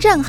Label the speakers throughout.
Speaker 1: 正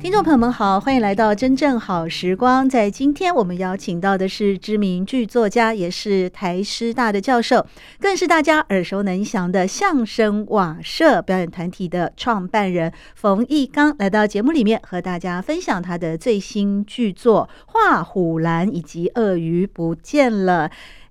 Speaker 1: 听众朋友们好，欢迎来到《真正好时光》。在今天，我们邀请到的是知名剧作家，也是台师大的教授，更是大家耳熟能详的相声瓦舍表演团体的创办人冯一刚，来到节目里面和大家分享他的最新剧作《画虎兰》以及《鳄鱼不见了》。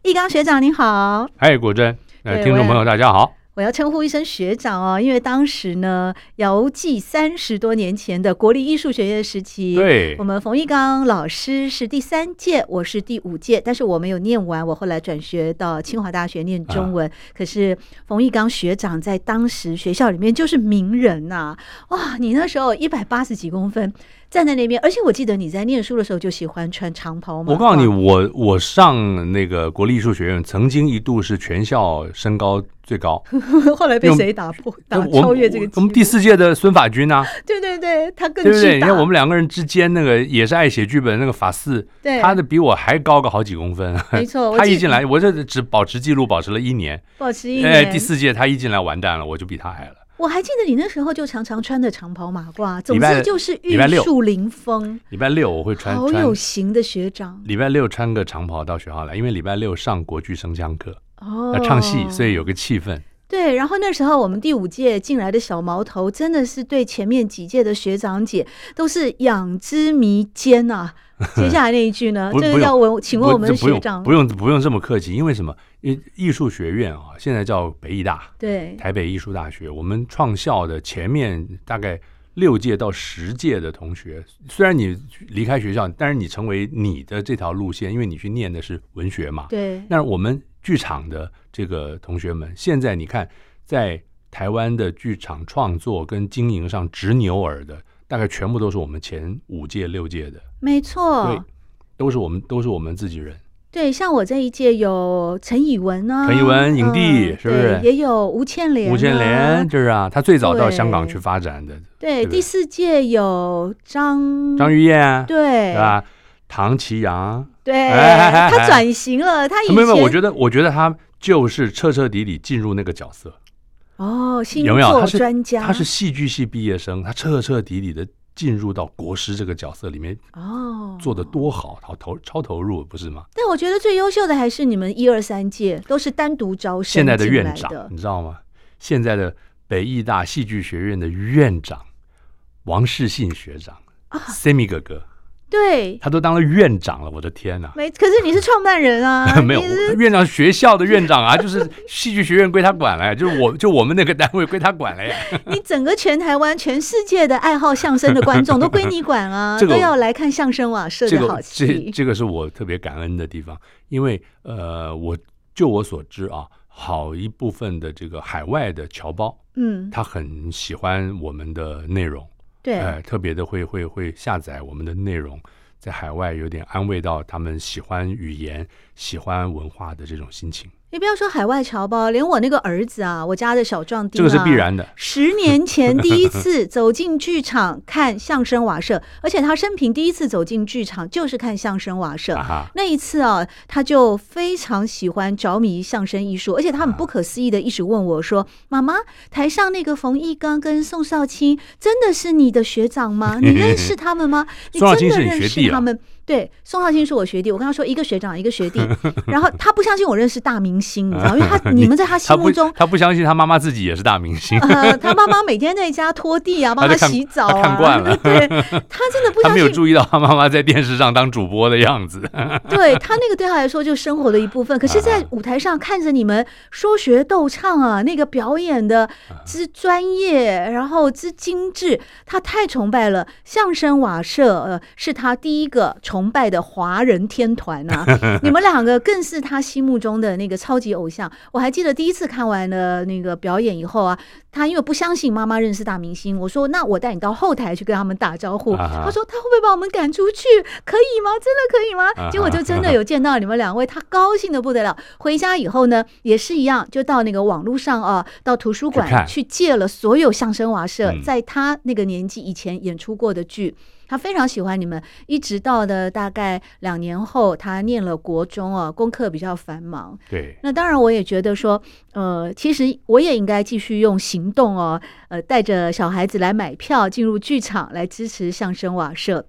Speaker 1: 一刚学长您好，
Speaker 2: 嗨，果真，呃，
Speaker 1: 对
Speaker 2: 听
Speaker 1: 我
Speaker 2: 众
Speaker 1: 也
Speaker 2: 朋友大家好。
Speaker 1: 我要称呼一声学长哦，因为当时呢，遥记三十多年前的国立艺术学院时期，
Speaker 2: 对
Speaker 1: 我，们冯一刚老师是第三届，我是第五届，但是我没有念完，我后来转学到清华大学念中
Speaker 2: 啊
Speaker 1: 文。可是冯一刚学长在当时学校里面就是名人呐、哇，你那时候一百八十几公分站在那边，而且我记得你在念书的时候就喜欢穿长袍嘛。
Speaker 2: 我告诉你，
Speaker 1: 哇，
Speaker 2: 我我上那个国立艺术学院，曾经一度是全校身高最高，
Speaker 1: 后来被谁打破 打
Speaker 2: 我
Speaker 1: 超越这个
Speaker 2: 我
Speaker 1: 记
Speaker 2: 我们
Speaker 1: 录？
Speaker 2: 第四届的孙法军啊，
Speaker 1: 对对对，他更
Speaker 2: 对不对？
Speaker 1: 巨
Speaker 2: 你
Speaker 1: 大。
Speaker 2: 看我们两个人之间那个也是爱写剧本那个法四，
Speaker 1: 对
Speaker 2: 他的比我还高个好几公分。
Speaker 1: 没错，我
Speaker 2: 他
Speaker 1: 记
Speaker 2: 一进来，我这只保持记录保持了一年，
Speaker 1: 保持一
Speaker 2: 哎，
Speaker 1: 年。
Speaker 2: 第四届他一进来完蛋了，我就比他矮了。
Speaker 1: 我还记得你那时候就常常穿的长袍马褂，总
Speaker 2: 礼拜
Speaker 1: 之就是玉
Speaker 2: 礼拜六
Speaker 1: 树临风，
Speaker 2: 礼拜六我会穿
Speaker 1: 好
Speaker 2: 穿
Speaker 1: 有，型的学长
Speaker 2: 礼拜六穿个长袍到学校来，因为礼拜六上国剧声腔课
Speaker 1: 哦
Speaker 2: 要唱戏，所以有个气氛。
Speaker 1: 对。然后那时候我们第五届进来的小毛头，真的是对前面几届的学长姐都是仰之弥坚 啊。接下来那一句呢，
Speaker 2: 不
Speaker 1: 啊这个
Speaker 2: 不用
Speaker 1: 要问，请问
Speaker 2: 不
Speaker 1: 我们的
Speaker 2: 这不
Speaker 1: 学
Speaker 2: 用
Speaker 1: 长，
Speaker 2: 不用不用这么客气，因为什么？因为艺术学院啊，现在叫北艺大，
Speaker 1: 对
Speaker 2: 台北艺术大学。我们创校的前面大概六届到十届的同学，虽然你离开学校，但是你成为你的这条路线，因为你去念的是文学嘛。
Speaker 1: 对
Speaker 2: 那我们剧场的这个同学们，现在你看，在台湾的剧场创作跟经营上直牛耳的，大概全部都是我们前五届六届的，
Speaker 1: 没错，
Speaker 2: 对，都是我们都是我们自己人。
Speaker 1: 对，像我这一届有陈以文啊，
Speaker 2: 陈以文影帝
Speaker 1: 嗯
Speaker 2: 是不是
Speaker 1: 对也有吴倩莲、啊
Speaker 2: 吴建联，就是啊，他最早到香港去
Speaker 1: 对
Speaker 2: 发展的，
Speaker 1: 对，
Speaker 2: 对不
Speaker 1: 第
Speaker 2: 对
Speaker 1: 四届有张
Speaker 2: 张玉燕啊，
Speaker 1: 对
Speaker 2: 对吧？唐奇阳，
Speaker 1: 对，
Speaker 2: 哎哎哎
Speaker 1: 他转型了，他以前
Speaker 2: 没有没有，我觉得我觉得他就是彻彻底底进入那个角色，
Speaker 1: 哦，星
Speaker 2: 有没有？
Speaker 1: 座
Speaker 2: 他是
Speaker 1: 专家，
Speaker 2: 他是戏剧系毕业生，他彻彻底底的进入到国师这个角色里面，
Speaker 1: 哦
Speaker 2: 做的。多好，好投超投入，不是吗？
Speaker 1: 但我觉得最优秀的还是你们一二三届都是单独招生
Speaker 2: 现在的
Speaker 1: 进来
Speaker 2: 院长
Speaker 1: 的，
Speaker 2: 你知道吗？现在的北艺大戏剧学院的院长王世信学长
Speaker 1: 啊
Speaker 2: ，Sammy 哥哥，
Speaker 1: 对，
Speaker 2: 他都当了院长了，我的天呐！
Speaker 1: 没。可是你是创办人啊，
Speaker 2: 没有
Speaker 1: 你是
Speaker 2: 院长，学校的院长啊， 就是戏剧学院归他管了呀，就是我就我们那个单位归他管 了呀。
Speaker 1: 你整个全台湾、全世界的爱好相声的观众都归你管啊，
Speaker 2: 这个
Speaker 1: 都要来看相声瓦舍
Speaker 2: 这
Speaker 1: 的好
Speaker 2: 个这
Speaker 1: 戏。
Speaker 2: 这个是我特别感恩的地方，因为呃，我就我所知啊，好一部分的这个海外的侨胞，
Speaker 1: 嗯，
Speaker 2: 他很喜欢我们的内容，
Speaker 1: 对，
Speaker 2: 哎、特别的会会会下载我们的内容，在海外有点安慰到他们喜欢语言、喜欢文化的这种心情，
Speaker 1: 你不要说海外侨胞，连我那个儿子啊，我家的小壮丁、
Speaker 2: 这
Speaker 1: 啊，
Speaker 2: 个是必然的。
Speaker 1: 十年前第一次走进剧场看相声瓦舍， 而且他生平第一次走进剧场就是看相声瓦舍
Speaker 2: 啊。哈，
Speaker 1: 那一次啊，他就非常喜欢着迷相声艺
Speaker 2: 啊
Speaker 1: 术，而且他很不可思议的一直问我说：“妈妈，台上那个冯一刚跟宋少卿真的是你的学长 吗？你认识他们吗？你
Speaker 2: 宋少卿
Speaker 1: 真的
Speaker 2: 是你
Speaker 1: 认
Speaker 2: 学
Speaker 1: 识
Speaker 2: 弟啊
Speaker 1: 他们？”对，宋少卿是我学弟，我跟他说一个学长一个 学弟，然后他不相信我认识大明星，你知道，因为他你们在他心
Speaker 2: 他
Speaker 1: 目
Speaker 2: 不
Speaker 1: 中
Speaker 2: 他不相信他妈妈自己也是大明星，
Speaker 1: 呃，他妈妈每天在家拖地啊，帮
Speaker 2: 他就看
Speaker 1: 洗澡啊，
Speaker 2: 他看惯了
Speaker 1: 对他真的不
Speaker 2: 他
Speaker 1: 相
Speaker 2: 没有
Speaker 1: 信，
Speaker 2: 注意到他妈妈在电视上当主播的样子。
Speaker 1: 对他那个对他来说就是生活的一部分。可是，
Speaker 2: 啊
Speaker 1: 在舞台上看着你们说学逗唱啊，那个表演的
Speaker 2: 啊
Speaker 1: 之专业，然后之精致，他太崇拜了。相声瓦舍呃是他第一个崇拜的华人天团 啊，你们两个更是他心目中的那个超级偶像。我还记得第一次看完了那个表演以后啊，他因为不相信妈妈认识大明星，我说那我带你到后台去跟他们打招呼。
Speaker 2: 啊哈
Speaker 1: 他说他会不会把我们赶出去？可以吗？真的可以吗？
Speaker 2: 啊哈
Speaker 1: 结果就真的有见到你们两位，他高兴的不得了。回家以后呢，也是一样，就到那个网络上啊，到图书
Speaker 2: 去看
Speaker 1: 馆去借了所有相声瓦舍
Speaker 2: 嗯
Speaker 1: 在他那个年纪以前演出过的剧。他非常喜欢你们，一直到的大概两年后，他念了国中啊，功课比较繁忙，
Speaker 2: 对，
Speaker 1: 那当然，我也觉得说，呃，其实我也应该继续用行动哦，呃，带着小孩子来买票进入剧场来支持相声瓦舍。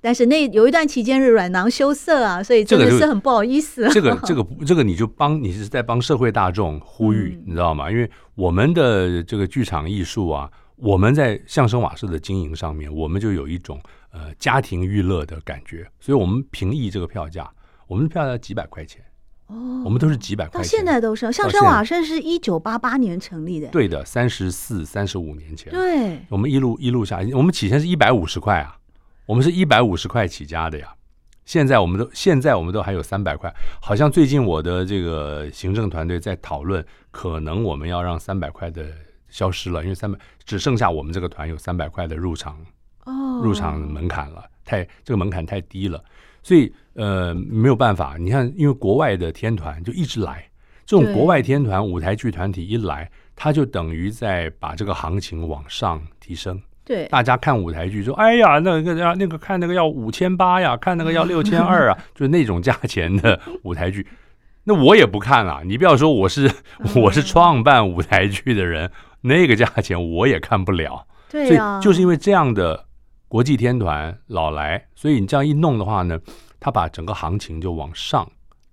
Speaker 1: 但是那有一段期间是软囊羞涩啊，所以真的
Speaker 2: 这个
Speaker 1: 是
Speaker 2: 就
Speaker 1: 很不好意思、啊。
Speaker 2: 这个这个这个你就帮你是在帮社会大众呼吁，
Speaker 1: 嗯
Speaker 2: 你知道吗？因为我们的这个剧场艺术啊，我们在相声瓦舍的经营上面，我们就有一种呃家庭娱乐的感觉，所以我们平抑这个票价，我们的票价几百块钱，
Speaker 1: 哦
Speaker 2: 我们都是几百
Speaker 1: 到
Speaker 2: 块钱。
Speaker 1: 现在都是相声瓦舍是一九八八年成立的，
Speaker 2: 对的，三十四、三十五年前，
Speaker 1: 对
Speaker 2: 我们一路一路下，我们起先是一百五十块啊，我们是一百五十块起家的呀。现在我们都现在我们都还有三百块，好像最近我的这个行政团队在讨论，可能我们要让三百块的消失了，因为三百只剩下我们这个团有三百块的入场
Speaker 1: 哦，
Speaker 2: 入场门槛了，太这个门槛太低了，所以呃没有办法。你看，因为国外的天团就一直来，这种
Speaker 1: 对
Speaker 2: 国外天团舞台剧团体一来，它就等于在把这个行情往上提升。
Speaker 1: 对
Speaker 2: 大家看舞台剧说，哎呀，那个要那个看那个要五千八呀，看那个要六千二啊，就是那种价钱的舞台剧。那我也不看了，你不要说我是 我是创办舞台剧的人，那个价钱我也看不了。
Speaker 1: 对
Speaker 2: 所
Speaker 1: 啊，
Speaker 2: 以就是因为这样的国际天团老来，所以你这样一弄的话呢，它把整个行情就往上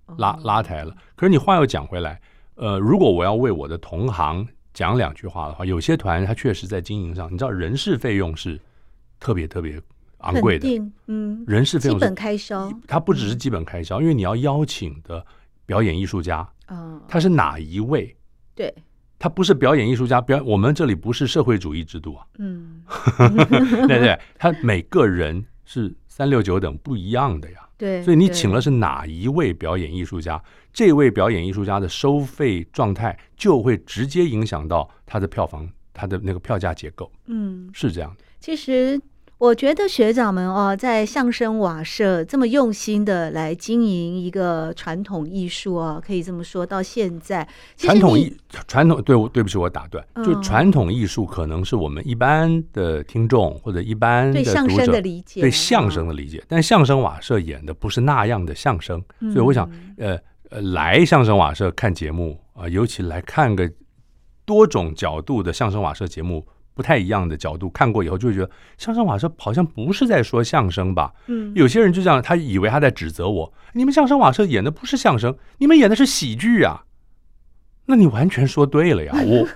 Speaker 1: 哦
Speaker 2: 拉拉抬了。可是你话又讲回来，呃，如果我要为我的同行讲两句话的话，有些团它确实在经营上，你知道人事费用是特别特别昂贵
Speaker 1: 肯
Speaker 2: 的，
Speaker 1: 定，嗯，
Speaker 2: 人事费
Speaker 1: 基
Speaker 2: 用
Speaker 1: 本
Speaker 2: 是
Speaker 1: 开销
Speaker 2: 它不只是基本开销，因为你要邀请的表演艺术家
Speaker 1: 啊，
Speaker 2: 他是哪一位，
Speaker 1: 对，
Speaker 2: 他不是表演艺术家，表我们这里不是社会主义制度啊。
Speaker 1: 嗯，
Speaker 2: 对对，他每个人是三六九等不一样的呀。
Speaker 1: 对，
Speaker 2: 所以你
Speaker 1: 对
Speaker 2: 请了是哪一位表演艺术家，这位表演艺术家的收费状态就会直接影响到他的票房，他的那个票价结构
Speaker 1: 嗯。
Speaker 2: 是这样的。
Speaker 1: 其实我觉得学长们哦，在相声瓦舍这么用心的来经营一个传统艺术哦，可以这么说，到现在，其实
Speaker 2: 传统
Speaker 1: 你
Speaker 2: 艺传统对，我对不起，我打断，就
Speaker 1: 嗯
Speaker 2: 传统艺术可能是我们一般的听众或者一般的
Speaker 1: 对相
Speaker 2: 读
Speaker 1: 声
Speaker 2: 者
Speaker 1: 的理解，
Speaker 2: 对相声的理解，但相声瓦舍演的不是那样的相声，
Speaker 1: 嗯，
Speaker 2: 所以我想，呃呃，来相声瓦舍看节目啊、尤其来看个多种角度的相声瓦舍节目，不太一样的角度看过以后，就会觉得相声瓦舍好像不是在说相声吧？
Speaker 1: 嗯，
Speaker 2: 有些人就这样，他以为他在指责我，你们相声瓦舍演的不是相声，你们演的是喜剧啊。那你完全说对了呀！我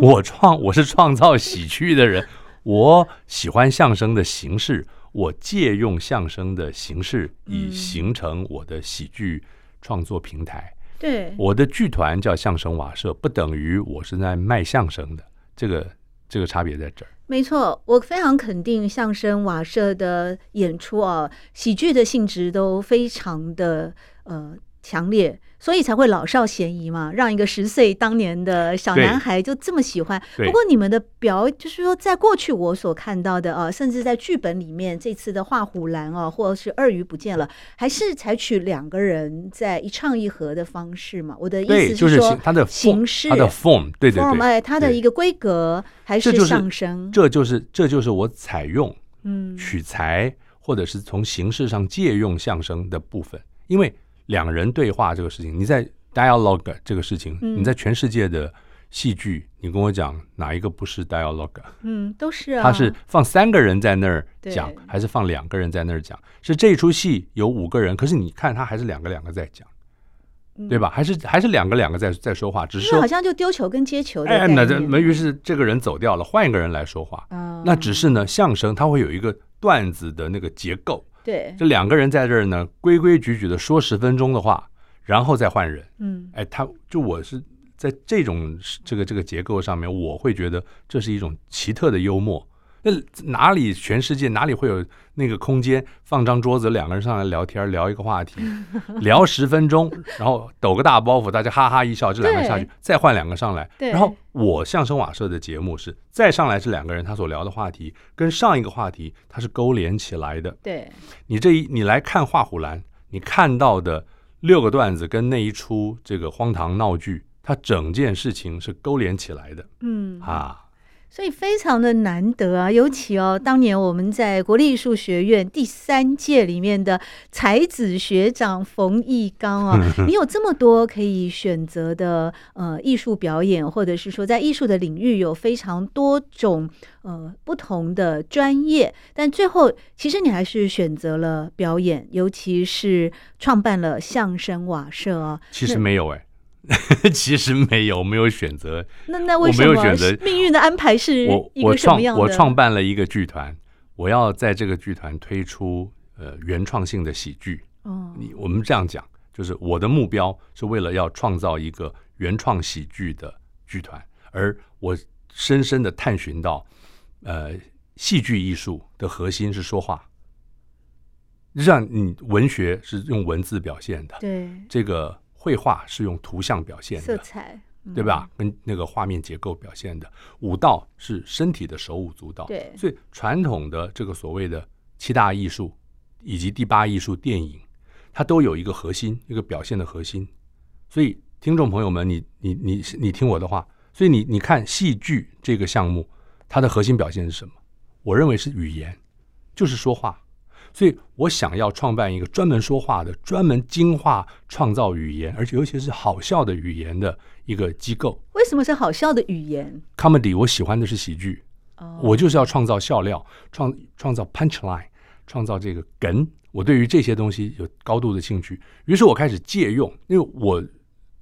Speaker 2: 我创我是创造喜剧的人，我喜欢相声的形式，我借用相声的形式以
Speaker 1: 嗯
Speaker 2: 形成我的喜剧创作平台。
Speaker 1: 对，
Speaker 2: 我的剧团叫相声瓦舍，不等于我是在卖相声的，这个这个差别在这儿。
Speaker 1: 没错，我非常肯定相声瓦舍的演出啊，喜剧的性质都非常的呃强烈，所以才会老少咸宜嘛，让一个十岁当年的小
Speaker 2: 对
Speaker 1: 男孩就这么喜欢。
Speaker 2: 对
Speaker 1: 不过你们的表，就是说在过去我所看到的啊，甚至在剧本里面，这次的画虎兰啊，或者是鳄鱼不见了，还是采取两个人在一唱一和的方式嘛。我的意
Speaker 2: 对，
Speaker 1: 思
Speaker 2: 就是
Speaker 1: 说
Speaker 2: 形，它的 form-
Speaker 1: 形式
Speaker 2: 它的 form，对对
Speaker 1: form，
Speaker 2: 对，
Speaker 1: 哎，它的
Speaker 2: 对
Speaker 1: 一个规格还
Speaker 2: 这就是
Speaker 1: 相声，
Speaker 2: 这就是这就是我采用
Speaker 1: 嗯。
Speaker 2: 取材或者是从形式上借用相声的部分，因为两人对话这个事情，你在 dialogue 这个事情，
Speaker 1: 嗯
Speaker 2: 你在全世界的戏剧，你跟我讲哪一个不是 dialogue？
Speaker 1: 嗯，都是啊，
Speaker 2: 他是放三个人在那儿讲
Speaker 1: 对，
Speaker 2: 还是放两个人在那儿讲？是这出戏有五个人，可是你看他还是两个两个在讲，对吧？还是还是两个两个在在说话，只
Speaker 1: 就
Speaker 2: 是
Speaker 1: 是
Speaker 2: 说
Speaker 1: 嗯好像就丢球跟接球的
Speaker 2: 哎，
Speaker 1: 概
Speaker 2: 那
Speaker 1: 念。嗯
Speaker 2: 这那于是这个人走掉了，换一个人来说话。
Speaker 1: 啊，
Speaker 2: 那只是呢，相声它会有一个段子的那个结构，
Speaker 1: 对，
Speaker 2: 这两个人在这儿呢，规规矩矩的说十分钟的话，然后再换人。
Speaker 1: 嗯，
Speaker 2: 哎，他就我是在这种这个这个结构上面，我会觉得这是一种奇特的幽默，那哪里全世界哪里会有那个空间放张桌子，两个人上来聊天，聊一个 话题，聊十分钟，然后抖个大包袱，大家哈哈一笑，这两个人下去
Speaker 1: 对，
Speaker 2: 再换两个上来。
Speaker 1: 对
Speaker 2: 然后我相声瓦舍的节目是再上来是两个人他所聊的话题跟上一个话题它是勾连起来的。
Speaker 1: 对，
Speaker 2: 你这一你来看《画虎兰》，你看到的六个段子跟那一出这个荒唐闹剧，它整件事情是勾连起来的
Speaker 1: 嗯，
Speaker 2: 啊。
Speaker 1: 所以非常的难得啊，尤其哦，当年我们在国立艺术学院第三届里面的才子学长冯一刚啊， 你有这么多可以选择的呃艺术表演，或者是说在艺术的领域有非常多种呃不同的专业，但最后其实你还是选择了表演，尤其是创办了相声瓦舍啊。
Speaker 2: 其实没有哎、 其实没有，没有选择。
Speaker 1: 那那为
Speaker 2: 我
Speaker 1: 什
Speaker 2: 没有
Speaker 1: 么
Speaker 2: 选择
Speaker 1: 命运的安排是
Speaker 2: 我
Speaker 1: 一
Speaker 2: 我
Speaker 1: 个什么
Speaker 2: 创
Speaker 1: 样的？
Speaker 2: 我创办了一个剧团，我要在这个剧团推出呃原创性的喜剧。
Speaker 1: 哦
Speaker 2: 你我们这样讲，就是我的目标是为了要创造一个原创喜剧的剧团，而我深深的探寻到，呃，戏剧艺术的核心是说话，让你文学是用文字表现的，
Speaker 1: 对
Speaker 2: 这个绘画是用图像表现
Speaker 1: 色
Speaker 2: 的，
Speaker 1: 彩，
Speaker 2: 对吧？跟那个画面结构表现的，舞蹈是身体的手舞足蹈，
Speaker 1: 对
Speaker 2: 所以传统的这个所谓的七大艺术以及第八艺术电影，它都有一个核心，一个表现的核心。所以听众朋友们，你你你你听我的话，所以你你看戏剧这个项目，它的核心表现是什么？我认为是语言，就是说话。所以我想要创办一个专门说话的、专门精化创造语言，而且尤其是好笑的语言的一个机构。
Speaker 1: 为什么是好笑的语言？
Speaker 2: Comedy，我喜欢的是喜剧，
Speaker 1: 哦
Speaker 2: 我就是要创造笑料，创创造 punchline，创造这个梗。我对于这些东西有高度的兴趣，于是我开始借用，因为我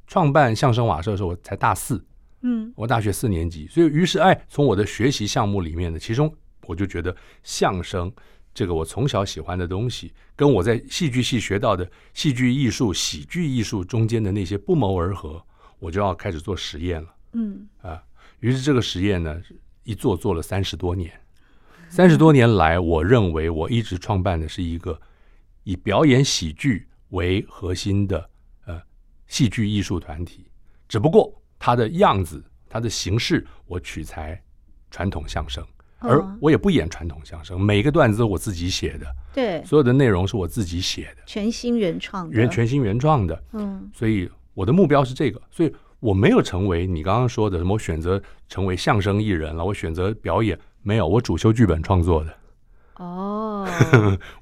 Speaker 2: 创办相声瓦舍的时候，我才大四，
Speaker 1: 嗯，
Speaker 2: 我大学四年级，所以于是哎，从我的学习项目里面呢，其中我就觉得相声这个我从小喜欢的东西，跟我在戏剧系学到的戏剧艺术、喜剧艺术中间的那些不谋而合，我就要开始做实验了。
Speaker 1: 嗯，
Speaker 2: 于是这个实验呢，一做做了三十多年。三十多年来，我认为我一直创办的是一个以表演喜剧为核心的呃戏剧艺术团体，只不过它的样子、它的形式，我取材传统相声，而
Speaker 1: 哦
Speaker 2: 我也不演传统相声，每一个段子都我自己写的，
Speaker 1: 对，
Speaker 2: 所有的内容是我自己写的，
Speaker 1: 全新原创的，
Speaker 2: 原全新原创的。
Speaker 1: 嗯，
Speaker 2: 所以我的目标是这个，所以我没有成为你刚刚说的什么我选择成为相声艺人了，我选择表演没有，我主修剧本创作的，
Speaker 1: 哦，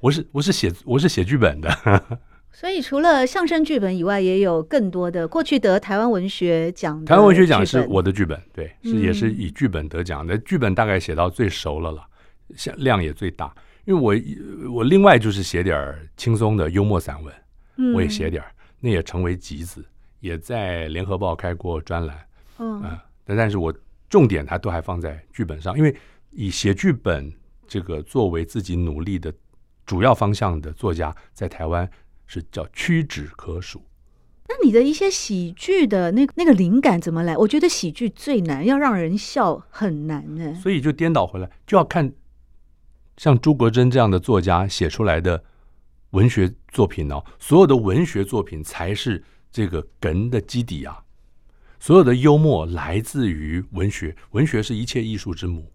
Speaker 2: 我是我是写我是写剧本的，
Speaker 1: 嗯 所以除了相声剧本以外，也有更多的过去得台湾文学奖的剧本，
Speaker 2: 台湾文学奖是我的剧本，对，是也是
Speaker 1: 嗯
Speaker 2: 以剧本得奖的，剧本大概写到最熟了啦，像量也最大，因为我我另外就是写点儿轻松的幽默散文，
Speaker 1: 嗯，
Speaker 2: 我也写点儿，那也成为集子，也在联合报开过专栏。
Speaker 1: 嗯，
Speaker 2: 啊，但但是我重点它都还放在剧本上，因为以写剧本这个作为自己努力的主要方向的作家，在台湾是叫屈指可数。
Speaker 1: 那你的一些喜剧的那那个灵感怎么来？我觉得喜剧最难，要让人笑很难呢。
Speaker 2: 所以就颠倒回来，就要看像朱国珍这样的作家写出来的文学作品哦，所有的文学作品才是这个梗的基底啊。所有的幽默来自于文学，文学是一切艺术之母。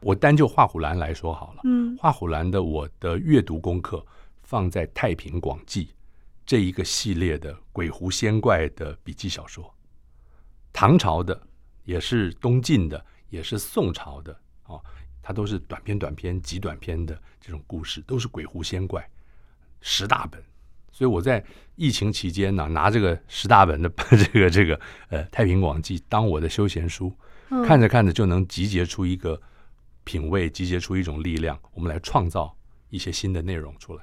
Speaker 2: 我单就画虎兰来说好了，
Speaker 1: 嗯，
Speaker 2: 画虎兰的我的阅读功课放在《太平广记》这一个系列的鬼狐仙怪的笔记小说，唐朝的也是东晋的，也是宋朝的哦，它都是短篇、短篇、极短篇的这种故事，都是鬼狐仙怪，十大本。所以我在疫情期间呢，拿这个十大本的 这个这个呃《太平广记》当我的休闲书，
Speaker 1: 嗯
Speaker 2: 看着看着就能集结出一个品味，集结出一种力量，我们来创造一些新的内容出来。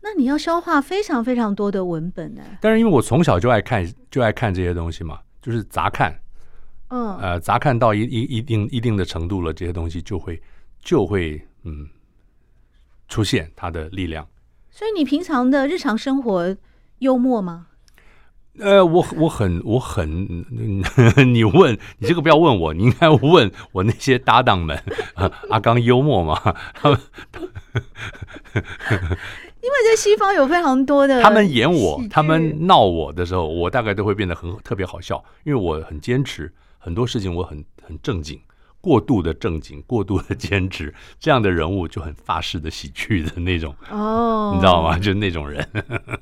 Speaker 1: 那你要消化非常非常多的文本呢。
Speaker 2: 但是因为我从小就爱看，就爱看这些东西嘛，就是杂看，
Speaker 1: 嗯，
Speaker 2: 呃，杂看到一一一定一定的程度了，这些东西就会就会嗯出现它的力量。
Speaker 1: 所以你平常的日常生活幽默吗？
Speaker 2: 呃，我我很我很， 你问你这个不要问我，你应该问我那些搭档们。啊、阿刚幽默嘛，他们
Speaker 1: 因为在西方有非常多的
Speaker 2: 他们演我
Speaker 1: 嗯喜，剧
Speaker 2: 他们闹我的时候，我大概都会变得很特别好笑，因为我很坚持，很多事情我很很正经，过度的正经，过度的坚持，这样的人物就很发式的喜剧的那种，
Speaker 1: 哦，
Speaker 2: 你知道？吗？就那 种人。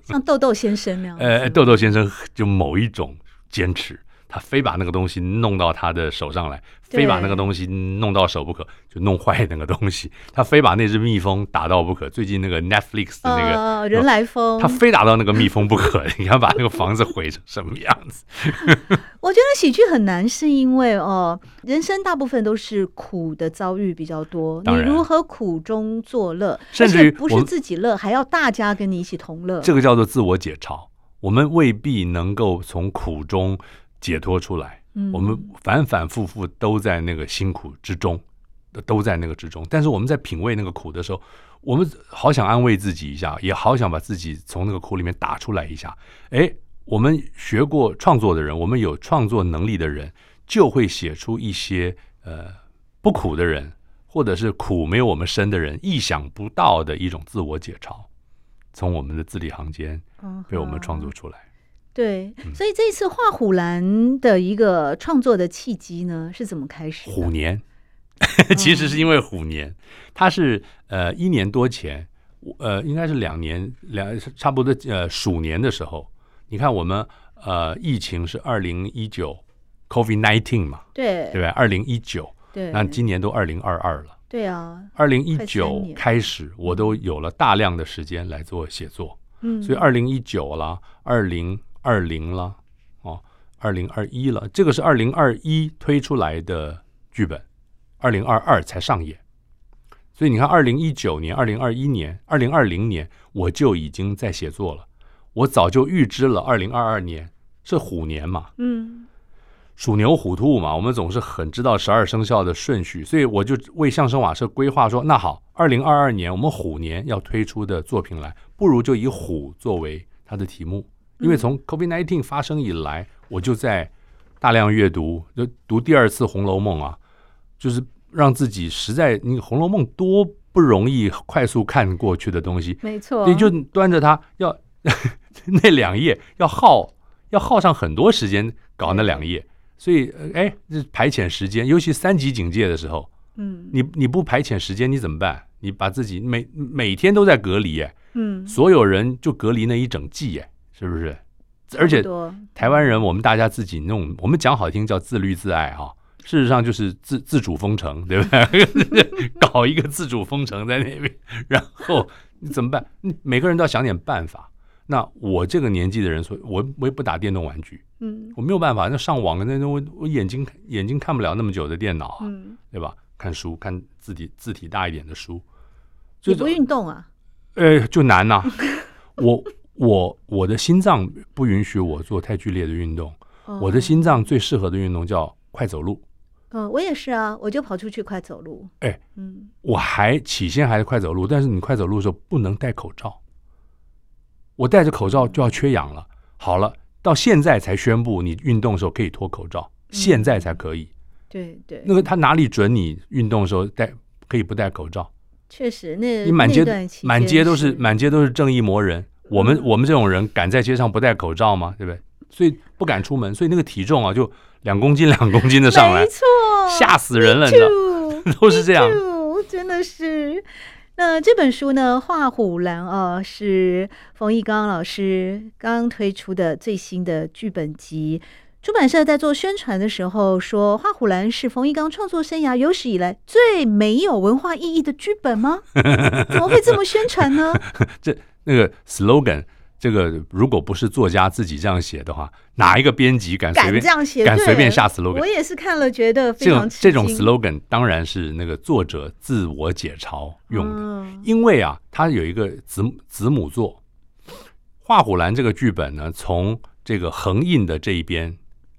Speaker 1: 像豆豆先生那样子，
Speaker 2: 呃，豆豆先生就某一种坚持，他非把那个东西弄到他的手上来，
Speaker 1: 对
Speaker 2: 非把那个东西弄到手不可，就弄坏那个东西。他非把那只蜜蜂打到不可。最近那个 Netflix 的那个，
Speaker 1: 呃，人来疯，
Speaker 2: 他非打到那个蜜蜂不可， 你看把那个房子毁成什么样子？
Speaker 1: 我觉得喜剧很难，是因为哦，人生大部分都是苦的遭遇比较多。你
Speaker 2: 当然
Speaker 1: 如何苦中作乐，
Speaker 2: 甚
Speaker 1: 而
Speaker 2: 至于
Speaker 1: 且不是
Speaker 2: 我
Speaker 1: 自己乐，还要大家跟你一起同乐。
Speaker 2: 这个叫做自我解嘲。我们未必能够从苦中解脱出来，
Speaker 1: 嗯
Speaker 2: 我们反反复复都在那个辛苦之中，都都在那个之中。但是我们在品味那个苦的时候，我们好想安慰自己一下，也好想把自己从那个苦里面打出来一下。哎，我们学过创作的人，我们有创作能力的人，就会写出一些呃不苦的人，或者是苦没有我们深的人，意想不到的一种自我解嘲，从我们的字里行间
Speaker 1: 嗯
Speaker 2: 被我们创嗯作
Speaker 1: 哼
Speaker 2: 出来。
Speaker 1: 对，所以这次画虎兰的一个创作的契机呢，是怎么开始的？
Speaker 2: 虎年，
Speaker 1: 嗯
Speaker 2: 其实是因为虎年，它是呃一年多前，我呃应该是两年两差不多呃鼠年的时候，你看我们呃疫情是二零一九 COVID nineteen 嘛，
Speaker 1: 对
Speaker 2: 对不对？二零一九，
Speaker 1: 对
Speaker 2: 那今年都二零二二了。
Speaker 1: 对啊，
Speaker 2: 二零一
Speaker 1: 快三
Speaker 2: 九
Speaker 1: 年
Speaker 2: 开始，我都有了大量的时间来做写作，
Speaker 1: 嗯，
Speaker 2: 所以二零一九啦，二零二零啦，哦，二零二一了，这个是二零二一推出来的剧本，二零二二才上演。所以你看，二零一九年、二零二一年、二零二零年，我就已经在写作了。我早就预知了二零二二年是虎年嘛，
Speaker 1: 嗯
Speaker 2: 鼠牛虎兔嘛，我们总是很知道十二生肖的顺序，所以我就为相声瓦舍规划说，那好，二零二二年我们虎年要推出的作品来，不如就以虎作为它的题目，因为从 COVID-19 发生以来，我就在大量阅读，就读第二次《红楼梦》啊，就是让自己实在，你《红楼梦》多不容易，快速看过去的东西，
Speaker 1: 没错，
Speaker 2: 对，就端着它要 那两页要耗要耗上很多时间搞那两页，所以呃哎，这排遣时间，尤其三级警戒的时候，
Speaker 1: 嗯
Speaker 2: 你你不排遣时间你怎么办？你把自己每每天都在隔离耶，
Speaker 1: 嗯，
Speaker 2: 所有人就隔离那一整季耶，是不是？而且
Speaker 1: 差不多
Speaker 2: 台湾人我们大家自己弄，我们讲好听叫自律自爱哈、事实上就是自自主封城，对不对？ 搞一个自主封城在那边，然后你怎么办？你每个人都要想点办法。那我这个年纪的人，所以我我也不打电动玩具，
Speaker 1: 嗯
Speaker 2: 我没有办法。那上网那那我我眼睛眼睛看不了那么久的电脑啊，
Speaker 1: 嗯，
Speaker 2: 对吧？看书看字体字体大一点的书，
Speaker 1: 你不运动啊？
Speaker 2: 呃，就难呐、 我我我的心脏不允许我做太剧烈的运动，
Speaker 1: 哦
Speaker 2: 我的心脏最适合的运动叫快走路。
Speaker 1: 嗯，我也是啊，我就跑出去快走路。
Speaker 2: 哎，
Speaker 1: 嗯，
Speaker 2: 我还起先还是快走路，但是你快走路的时候不能戴口罩。我戴着口罩就要缺氧了。好了，到现在才宣布你运动的时候可以脱口罩，现在才可以。
Speaker 1: 嗯对对，
Speaker 2: 那个他哪里准你运动的时候戴可以不戴口罩？
Speaker 1: 确实，那
Speaker 2: 你满街
Speaker 1: 呃那段期间
Speaker 2: 满街都是
Speaker 1: 是嗯
Speaker 2: 满街都是正义魔人，我们我们这种人敢在街上不戴口罩吗？对不对？所以不敢出门，所以那个体重啊就两公斤两公斤的上来
Speaker 1: 没，错，
Speaker 2: 吓死人了，你知道，
Speaker 1: 就
Speaker 2: 都是这样。
Speaker 1: 就真的是。那这本书呢，《画虎兰》啊，是冯一刚老师刚推出的最新的剧本集。出版社在做宣传的时候说，《画虎兰》是冯一刚创作生涯有史以来最没有文化意义的剧本 吗？怎么会这么宣传呢？
Speaker 2: 这那个 slogan，这个如果不是作家自己这样写的话，哪一个编辑敢随
Speaker 1: 敢
Speaker 2: 便
Speaker 1: 这样写，
Speaker 2: 敢
Speaker 1: 对
Speaker 2: 随便下
Speaker 1: 我
Speaker 2: slogan？
Speaker 1: 也是看了觉得非
Speaker 2: 这
Speaker 1: 常
Speaker 2: 种这种
Speaker 1: 吃惊
Speaker 2: slogan 当然是那个作者自我解嘲用的，
Speaker 1: 嗯
Speaker 2: 因为啊，他有一个子母子母作，《画虎兰》这个剧本呢，从这个横印的这一边，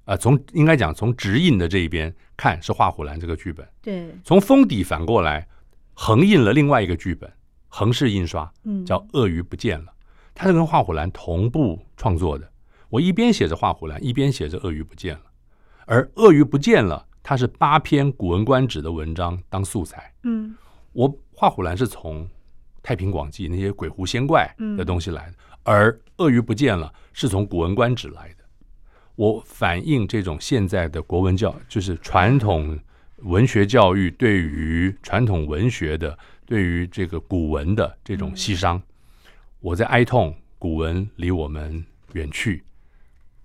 Speaker 2: 呃，从应该讲从直印的这一边看是《画虎兰》这个剧本，
Speaker 1: 对，
Speaker 2: 从封底反过来横印了另外一个剧本，横式印刷，
Speaker 1: 嗯，
Speaker 2: 叫《鳄鱼不见了》，它是跟《画虎兰》同步创作的。我一边写着《画虎兰》，一边写着《鳄鱼不见了》，而《鳄鱼不见了》它是八篇《古文观止》的文章当素材。
Speaker 1: 嗯
Speaker 2: 我《画虎兰》是从《太平广记》那些鬼狐仙怪的东西来的，而《鳄鱼不见了》是从《古文观止》来的。我反映这种现在的国文教，就是传统文学教育对于传统文学的、对于这个古文的这种牺牲。我在哀痛古文离我们远去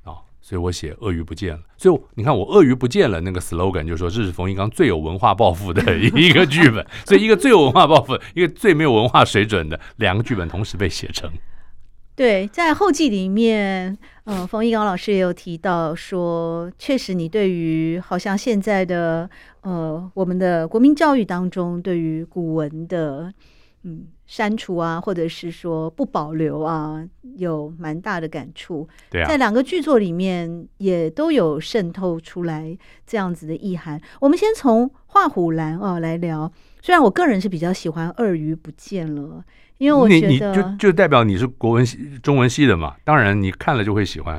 Speaker 2: 啊，所以我写鳄鱼不见了。所以我你看，我鳄鱼不见了那个 slogan 就说这是冯一刚最有文化抱负 的一个剧本。所以一个最有文化抱负，一个最没有文化水准的两个剧本同时被写成。
Speaker 1: 对，在后记里面，呃，冯一刚老师也有提到说，确实你对于好像现在的呃我们的国民教育当中，对于古文的嗯删除啊，或者是说不保留啊，有蛮大的感触。
Speaker 2: 对啊
Speaker 1: 在，两个剧作里面也都有渗透出来这样子的意涵。我们先从《画虎兰》哦来聊，虽然我个人是比较喜欢《鳄鱼不见了》，因为我
Speaker 2: 你
Speaker 1: 觉
Speaker 2: 你
Speaker 1: 得，
Speaker 2: 就就代表你是国文系中文系的嘛，当然你看了就会喜欢。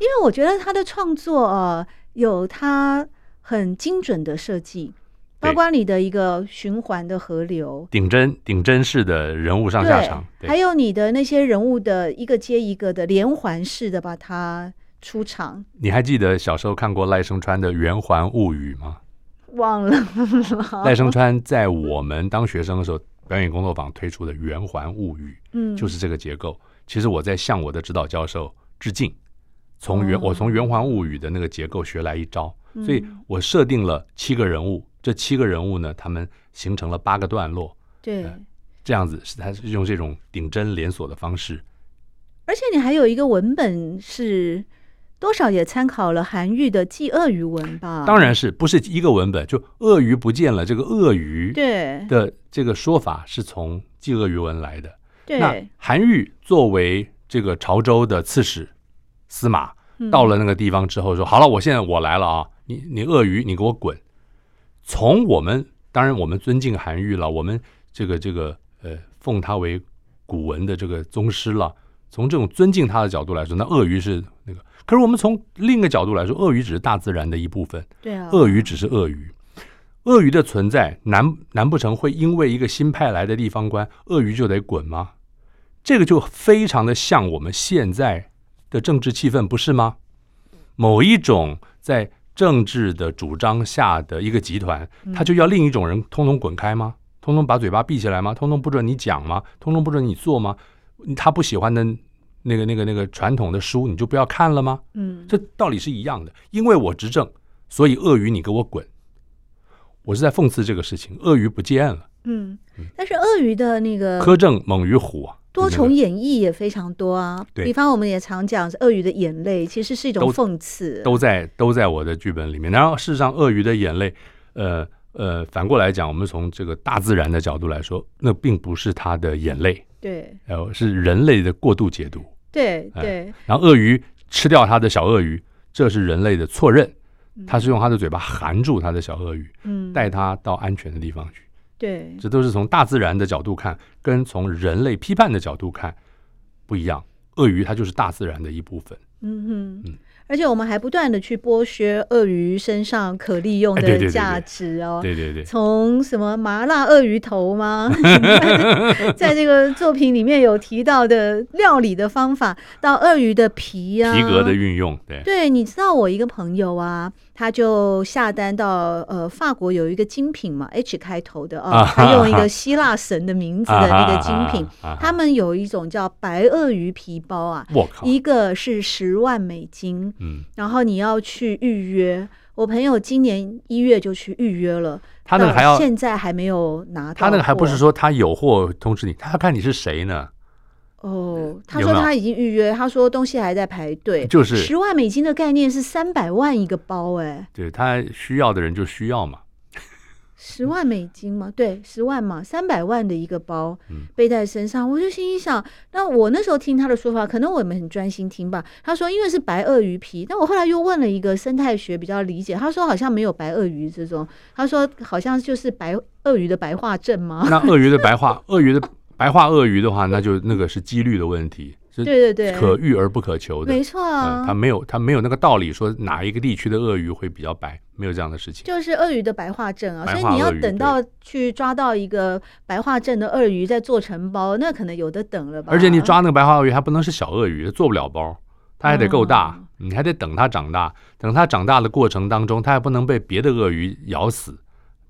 Speaker 1: 因为我觉得他的创作呃有他很精准的设计，
Speaker 2: 对
Speaker 1: 包括你的一个循环的河流，
Speaker 2: 顶真顶真式的人物上下场，
Speaker 1: 对，
Speaker 2: 对
Speaker 1: 还有你的那些人物的一个接一个的连环式的把它出场，
Speaker 2: 你还记得小时候看过赖声川的《圆环物语》吗？
Speaker 1: 忘了
Speaker 2: 赖声川在我们当学生的时候，表演工作坊推出的《圆环物语
Speaker 1: 嗯，》
Speaker 2: 就是这个结构。其实我在向我的指导教授致敬，从圆
Speaker 1: 哦
Speaker 2: 我从《圆环物语》的那个结构学来一招，
Speaker 1: 嗯
Speaker 2: 所以我设定了七个人物，这七个人物呢，他们形成了八个段落，
Speaker 1: 对。
Speaker 2: 呃这样子是它是用这种顶针连锁的方式。
Speaker 1: 而且你还有一个文本是多少也参考了韩愈的《祭鳄鱼文》吧？
Speaker 2: 当，然是不是一个文本，就鳄鱼不见了，这个鳄鱼
Speaker 1: 对
Speaker 2: 的这个说法是从祭鳄鱼文来的。那
Speaker 1: 对，
Speaker 2: 韩愈作为这个潮州的刺史司马，
Speaker 1: 嗯
Speaker 2: 到了那个地方之后说：“好了，我现在我来了啊，你你鳄鱼，你给我滚！”从我们当然我们尊敬韩愈了，我们这个这个呃奉他为古文的这个宗师了。从这种尊敬他的角度来说，那鳄鱼是那个。可是我们从另一个角度来说，鳄鱼只是大自然的一部分，
Speaker 1: 对啊，
Speaker 2: 鳄鱼只是鳄鱼。鳄鱼的存在，难难不成会因为一个新派来的地方官，鳄鱼就得滚吗？这个就非常的像我们现在的政治气氛，不是吗？某一种在政治的主张下的一个集团，
Speaker 1: 嗯
Speaker 2: 他就要另一种人通通滚开吗？通通把嘴巴闭起来吗？通通不准你讲吗？通通不准你做吗？他不喜欢的那个那个那个传统的书，你就不要看了吗？
Speaker 1: 嗯，
Speaker 2: 这道理是一样的。因为我执政，所以鳄鱼你给我滚。我是在讽刺这个事情，鳄鱼不见了。
Speaker 1: 嗯，但是鳄鱼的那个
Speaker 2: 苛政猛于虎啊，
Speaker 1: 嗯多重
Speaker 2: 那个
Speaker 1: 演绎也非常多啊。
Speaker 2: 对
Speaker 1: 比方我们也常讲，鳄鱼的眼泪其实是一种
Speaker 2: 都
Speaker 1: 讽刺。
Speaker 2: 都在都在我的剧本里面。然后事实上，鳄鱼的眼泪，呃呃，反过来讲，我们从这个大自然的角度来说，那并不是它的眼泪，
Speaker 1: 对
Speaker 2: 呃，是人类的过度解读。
Speaker 1: 对
Speaker 2: 哎
Speaker 1: 对，
Speaker 2: 然后鳄鱼吃掉它的小鳄鱼，这是人类的错认，它是用它的嘴巴含住它的小鳄鱼，
Speaker 1: 嗯，
Speaker 2: 带它到安全的地方去。
Speaker 1: 对
Speaker 2: 这都是从大自然的角度看，跟从人类批判的角度看不一样。鳄鱼它就是大自然的一部分，
Speaker 1: 嗯哼
Speaker 2: 嗯。
Speaker 1: 而且我们还不断的去剥削鳄鱼身上可利用
Speaker 2: 哎对对对
Speaker 1: 的
Speaker 2: 对
Speaker 1: 价值哦，
Speaker 2: 对对对，
Speaker 1: 从什么麻辣鳄鱼头 吗？在这个作品里面有提到的料理的方法，到鳄鱼的皮啊，
Speaker 2: 皮革的运用，对，
Speaker 1: 对，你知道我一个朋友啊，他就下单到呃法国有一个精品嘛，H 开头的啊，
Speaker 2: 啊
Speaker 1: 他用一个希腊神的名字的那个精品，
Speaker 2: 啊啊啊啊啊
Speaker 1: 他们有一种叫白鳄鱼皮包啊，
Speaker 2: 我靠，
Speaker 1: 一个是十万美金，
Speaker 2: 嗯，
Speaker 1: 然后你要去预约。我朋友今年一月就去预约了，
Speaker 2: 他那个
Speaker 1: 到
Speaker 2: 还要
Speaker 1: 现在还没有拿到，
Speaker 2: 他那个还不是。说他有货通知你，他要看你是谁呢？
Speaker 1: 哦，他
Speaker 2: 有
Speaker 1: 说
Speaker 2: 没有
Speaker 1: 他已经预约，他说东西还在排队，
Speaker 2: 就是
Speaker 1: 十万美金的概念是三百万一个包、哎，
Speaker 2: 对他需要的人就需 要嘛，
Speaker 1: 十万美金嘛，对，十万嘛，三百万的一个包
Speaker 2: 嗯
Speaker 1: 背在身上，我就心里想，那我那时候听他的说法，可能我们很专心听吧。他说因为是白鳄鱼皮，但我后来又问了一个生态学比较理解，他说好像没有白鳄鱼这种，他说好像就是白鳄鱼的白化症吗？
Speaker 2: 那鳄鱼的白化，鳄鱼的白化鳄鱼的话，那就那个是几率的问题。是
Speaker 1: 对对对
Speaker 2: 可遇而不可求的。
Speaker 1: 没错啊，
Speaker 2: 嗯，它没有它没有那个道理说哪一个地区的鳄鱼会比较白，没有这样的事情。
Speaker 1: 就是鳄鱼的白化症啊，
Speaker 2: 白
Speaker 1: 所以
Speaker 2: 化
Speaker 1: 你要
Speaker 2: 鳄鱼
Speaker 1: 等到去抓到一个白化症的鳄鱼再做成包，那可能有的等了吧。
Speaker 2: 而且你抓那个白花鳄鱼还不能是小鳄鱼，它做不了包，它还得够大，
Speaker 1: 嗯
Speaker 2: 你还得等它长大。等它长大的过程当中，它还不能被别的鳄鱼咬死，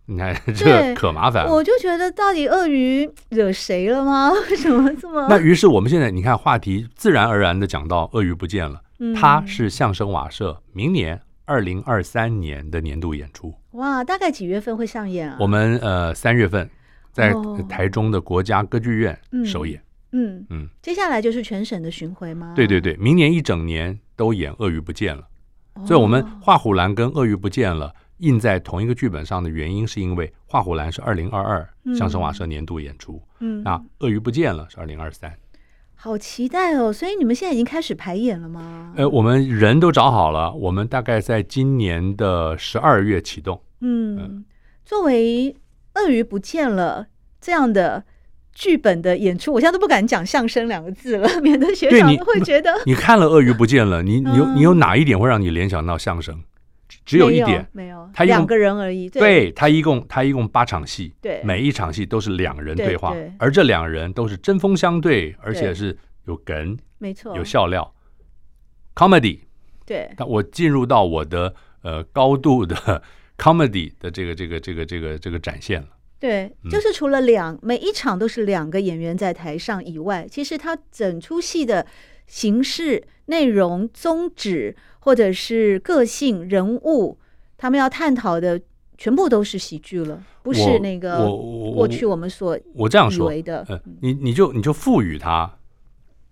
Speaker 2: 你看 这
Speaker 1: 对
Speaker 2: 可麻烦了。
Speaker 1: 我就觉得到底鳄鱼惹谁了吗？ 为什么这么？
Speaker 2: 那于是我们现在你看话题自然而然的讲到鳄鱼不见了，
Speaker 1: 嗯
Speaker 2: 它是相声瓦舍明年二零二三年的年度演出，
Speaker 1: 哇，大概几月份会上演啊？
Speaker 2: 我们呃三月份在
Speaker 1: 哦
Speaker 2: 台中的国家歌剧院
Speaker 1: 嗯
Speaker 2: 首演。
Speaker 1: 嗯
Speaker 2: 嗯
Speaker 1: 接下来就是全省的巡回吗？
Speaker 2: 对对对，明年一整年都演鳄鱼不见了。
Speaker 1: 哦，
Speaker 2: 所以，我们画虎兰跟鳄鱼不见了印在同一个剧本上的原因，是因为画虎兰是二零二二
Speaker 1: 嗯
Speaker 2: 相声瓦舍年度演出，
Speaker 1: 嗯
Speaker 2: 那鳄鱼不见了是二零二三。
Speaker 1: 好期待哦！所以你们现在已经开始排演了吗？
Speaker 2: 呃，我们人都找好了，我们大概在今年的十二月启动。呃
Speaker 1: 嗯，作为鳄鱼不见了这样的剧本的演出，我现在都不敢讲相声两个字了， 免得学
Speaker 2: 对
Speaker 1: 长
Speaker 2: 你
Speaker 1: 会觉得
Speaker 2: 你看了鳄鱼不见了，你你有
Speaker 1: 嗯
Speaker 2: 你有哪一点会让你联想到相声？只只
Speaker 1: 没有
Speaker 2: 有一点，
Speaker 1: 没有，
Speaker 2: 他用
Speaker 1: 两个人而已，
Speaker 2: 对他一共他一共八场戏，
Speaker 1: 对，
Speaker 2: 每一场戏都是两人
Speaker 1: 对
Speaker 2: 对话
Speaker 1: 对，
Speaker 2: 而这两人都是针锋相对，而且
Speaker 1: 对
Speaker 2: 是有梗
Speaker 1: 没错，
Speaker 2: 有笑料，comedy。
Speaker 1: 对，
Speaker 2: 但我进入到我的呃高度的 comedy 的这个这个这个这个这个展现了。
Speaker 1: 对，
Speaker 2: 嗯
Speaker 1: 就是除了两每一场都是两个演员在台上以外，其实他整出戏的形式、内容、宗旨，或者是个性、人物，他们要探讨的全部都是喜剧了，不
Speaker 2: 我
Speaker 1: 是那个
Speaker 2: 我我
Speaker 1: 过去我们所
Speaker 2: 我这样
Speaker 1: 以
Speaker 2: 说，
Speaker 1: 为嗯的。
Speaker 2: 呃，你你就你就赋予它，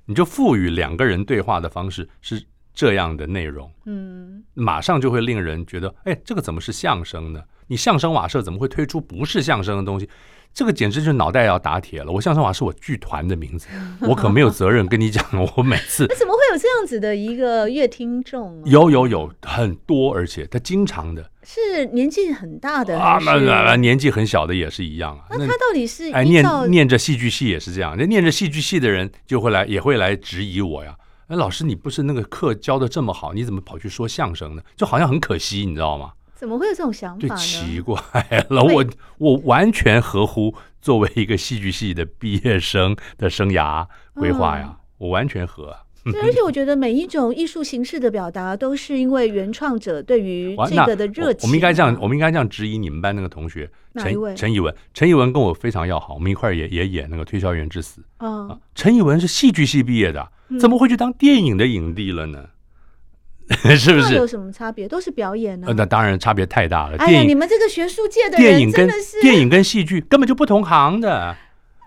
Speaker 2: 你就赋予两个人对话的方式是这样的内容，
Speaker 1: 嗯，
Speaker 2: 马上就会令人觉得，哎，这个怎么是相声呢？你相声瓦舍怎么会推出不是相声的东西？这个简直就是脑袋要打铁了！我相声瓦是我剧团 的名字，我可没有责任跟你讲，我每次
Speaker 1: 那怎么会有这样子的一个乐听众、啊？
Speaker 2: 有有有很多，而且他经常的，
Speaker 1: 是年纪很大的
Speaker 2: 啊，
Speaker 1: 还
Speaker 2: 那
Speaker 1: 是
Speaker 2: 那那年纪很小的也是一样啊。
Speaker 1: 那他到底是
Speaker 2: 哎，
Speaker 1: 依
Speaker 2: 念
Speaker 1: 照
Speaker 2: 念着戏剧系也是这样，那念着戏剧系的人就会来，也会来质疑我呀。哎，老师，你不是那个课教的这么好，你怎么跑去说相声呢？就好像很可惜，你知道吗？
Speaker 1: 怎么会有这种想
Speaker 2: 对，
Speaker 1: 法
Speaker 2: 奇
Speaker 1: 呢？
Speaker 2: 怪了，
Speaker 1: 会
Speaker 2: 我我完全合乎作为一个戏剧系的毕业生的生涯规划
Speaker 1: 嗯
Speaker 2: 呀，我完全合。啊
Speaker 1: 对，而且我觉得每一种艺术形式的表达，都是因为原创者对于
Speaker 2: 哇
Speaker 1: 这个的热情啊、
Speaker 2: 我。我们应该这样，我们应该这样质疑你们班那个同学
Speaker 1: 哪一位
Speaker 2: 陈陈以文。陈以文跟我非常要好，我们一块儿也也演那个《推销员之死》啊
Speaker 1: 嗯，。
Speaker 2: 陈以文是戏剧系毕业的，
Speaker 1: 嗯
Speaker 2: 怎么会去当电影的影帝了呢？ 是不
Speaker 1: 那有
Speaker 2: 是？
Speaker 1: 什么差别？都是表演呢、啊
Speaker 2: 呃，那当然差别太大了。
Speaker 1: 哎呀，
Speaker 2: 电
Speaker 1: 你
Speaker 2: 影、
Speaker 1: 们这个学术界的
Speaker 2: 电影
Speaker 1: 人
Speaker 2: 跟
Speaker 1: 真的是，
Speaker 2: 电影跟戏剧根本就不同行的。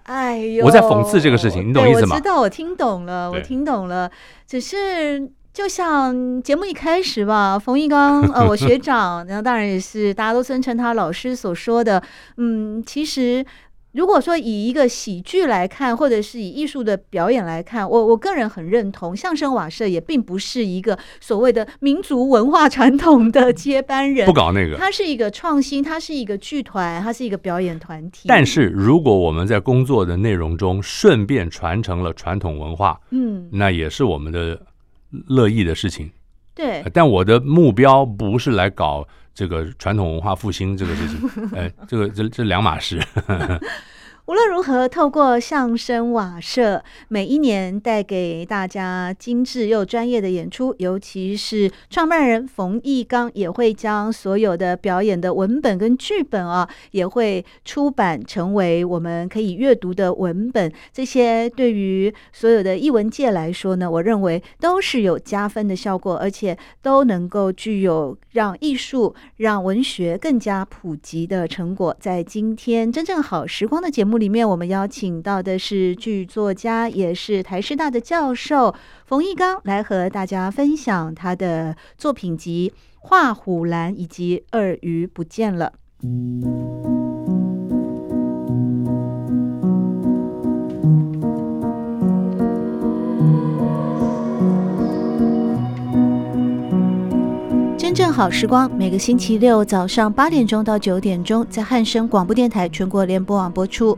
Speaker 1: 哎呦，
Speaker 2: 我在讽刺这个事情你懂
Speaker 1: 对
Speaker 2: 意思吗
Speaker 1: 我知道，我听懂了，我
Speaker 2: 对
Speaker 1: 听懂了，只是。就像节目一开始吧， 冯一刚， 呃，我学长，然后当然也是大家都尊称他老师所说的，嗯，其实如果说以一个喜剧来看，或者是以艺术的表演来看，我我个人很认同，相声瓦舍也并不是一个所谓的民族文化传统的接班人
Speaker 2: 不，搞那个。
Speaker 1: 它是一个创新，它是一个剧团，它是一个表演团体，
Speaker 2: 但，是如果我们在工作的内容中顺便传承了传统文化，
Speaker 1: 嗯，
Speaker 2: 那也是我们的乐意的事情。
Speaker 1: 对
Speaker 2: 呃，但我的目标不是来搞这个传统文化复兴这个事 情，呃，这个这这两码事。
Speaker 1: 无论如何，透过相声瓦舍，每一年带给大家精致又专业的演出，尤其是创办人冯一刚也会将所有的表演的文本跟剧本啊，也会出版成为我们可以阅读的文本。这些对于所有的译文界来说呢，我认为都是有加分的效果，而且都能够具有让艺术、让文学更加普及的成果。在今天真正好时光的节目里面，我们邀请到的是剧作家，也是台师大的教授冯一刚，来和大家分享他的作品集《画虎兰》以及《鳄鱼不见了》。真正好时光，每个星期六早上八点钟到九点钟，在汉声广播电台全国联播网播出。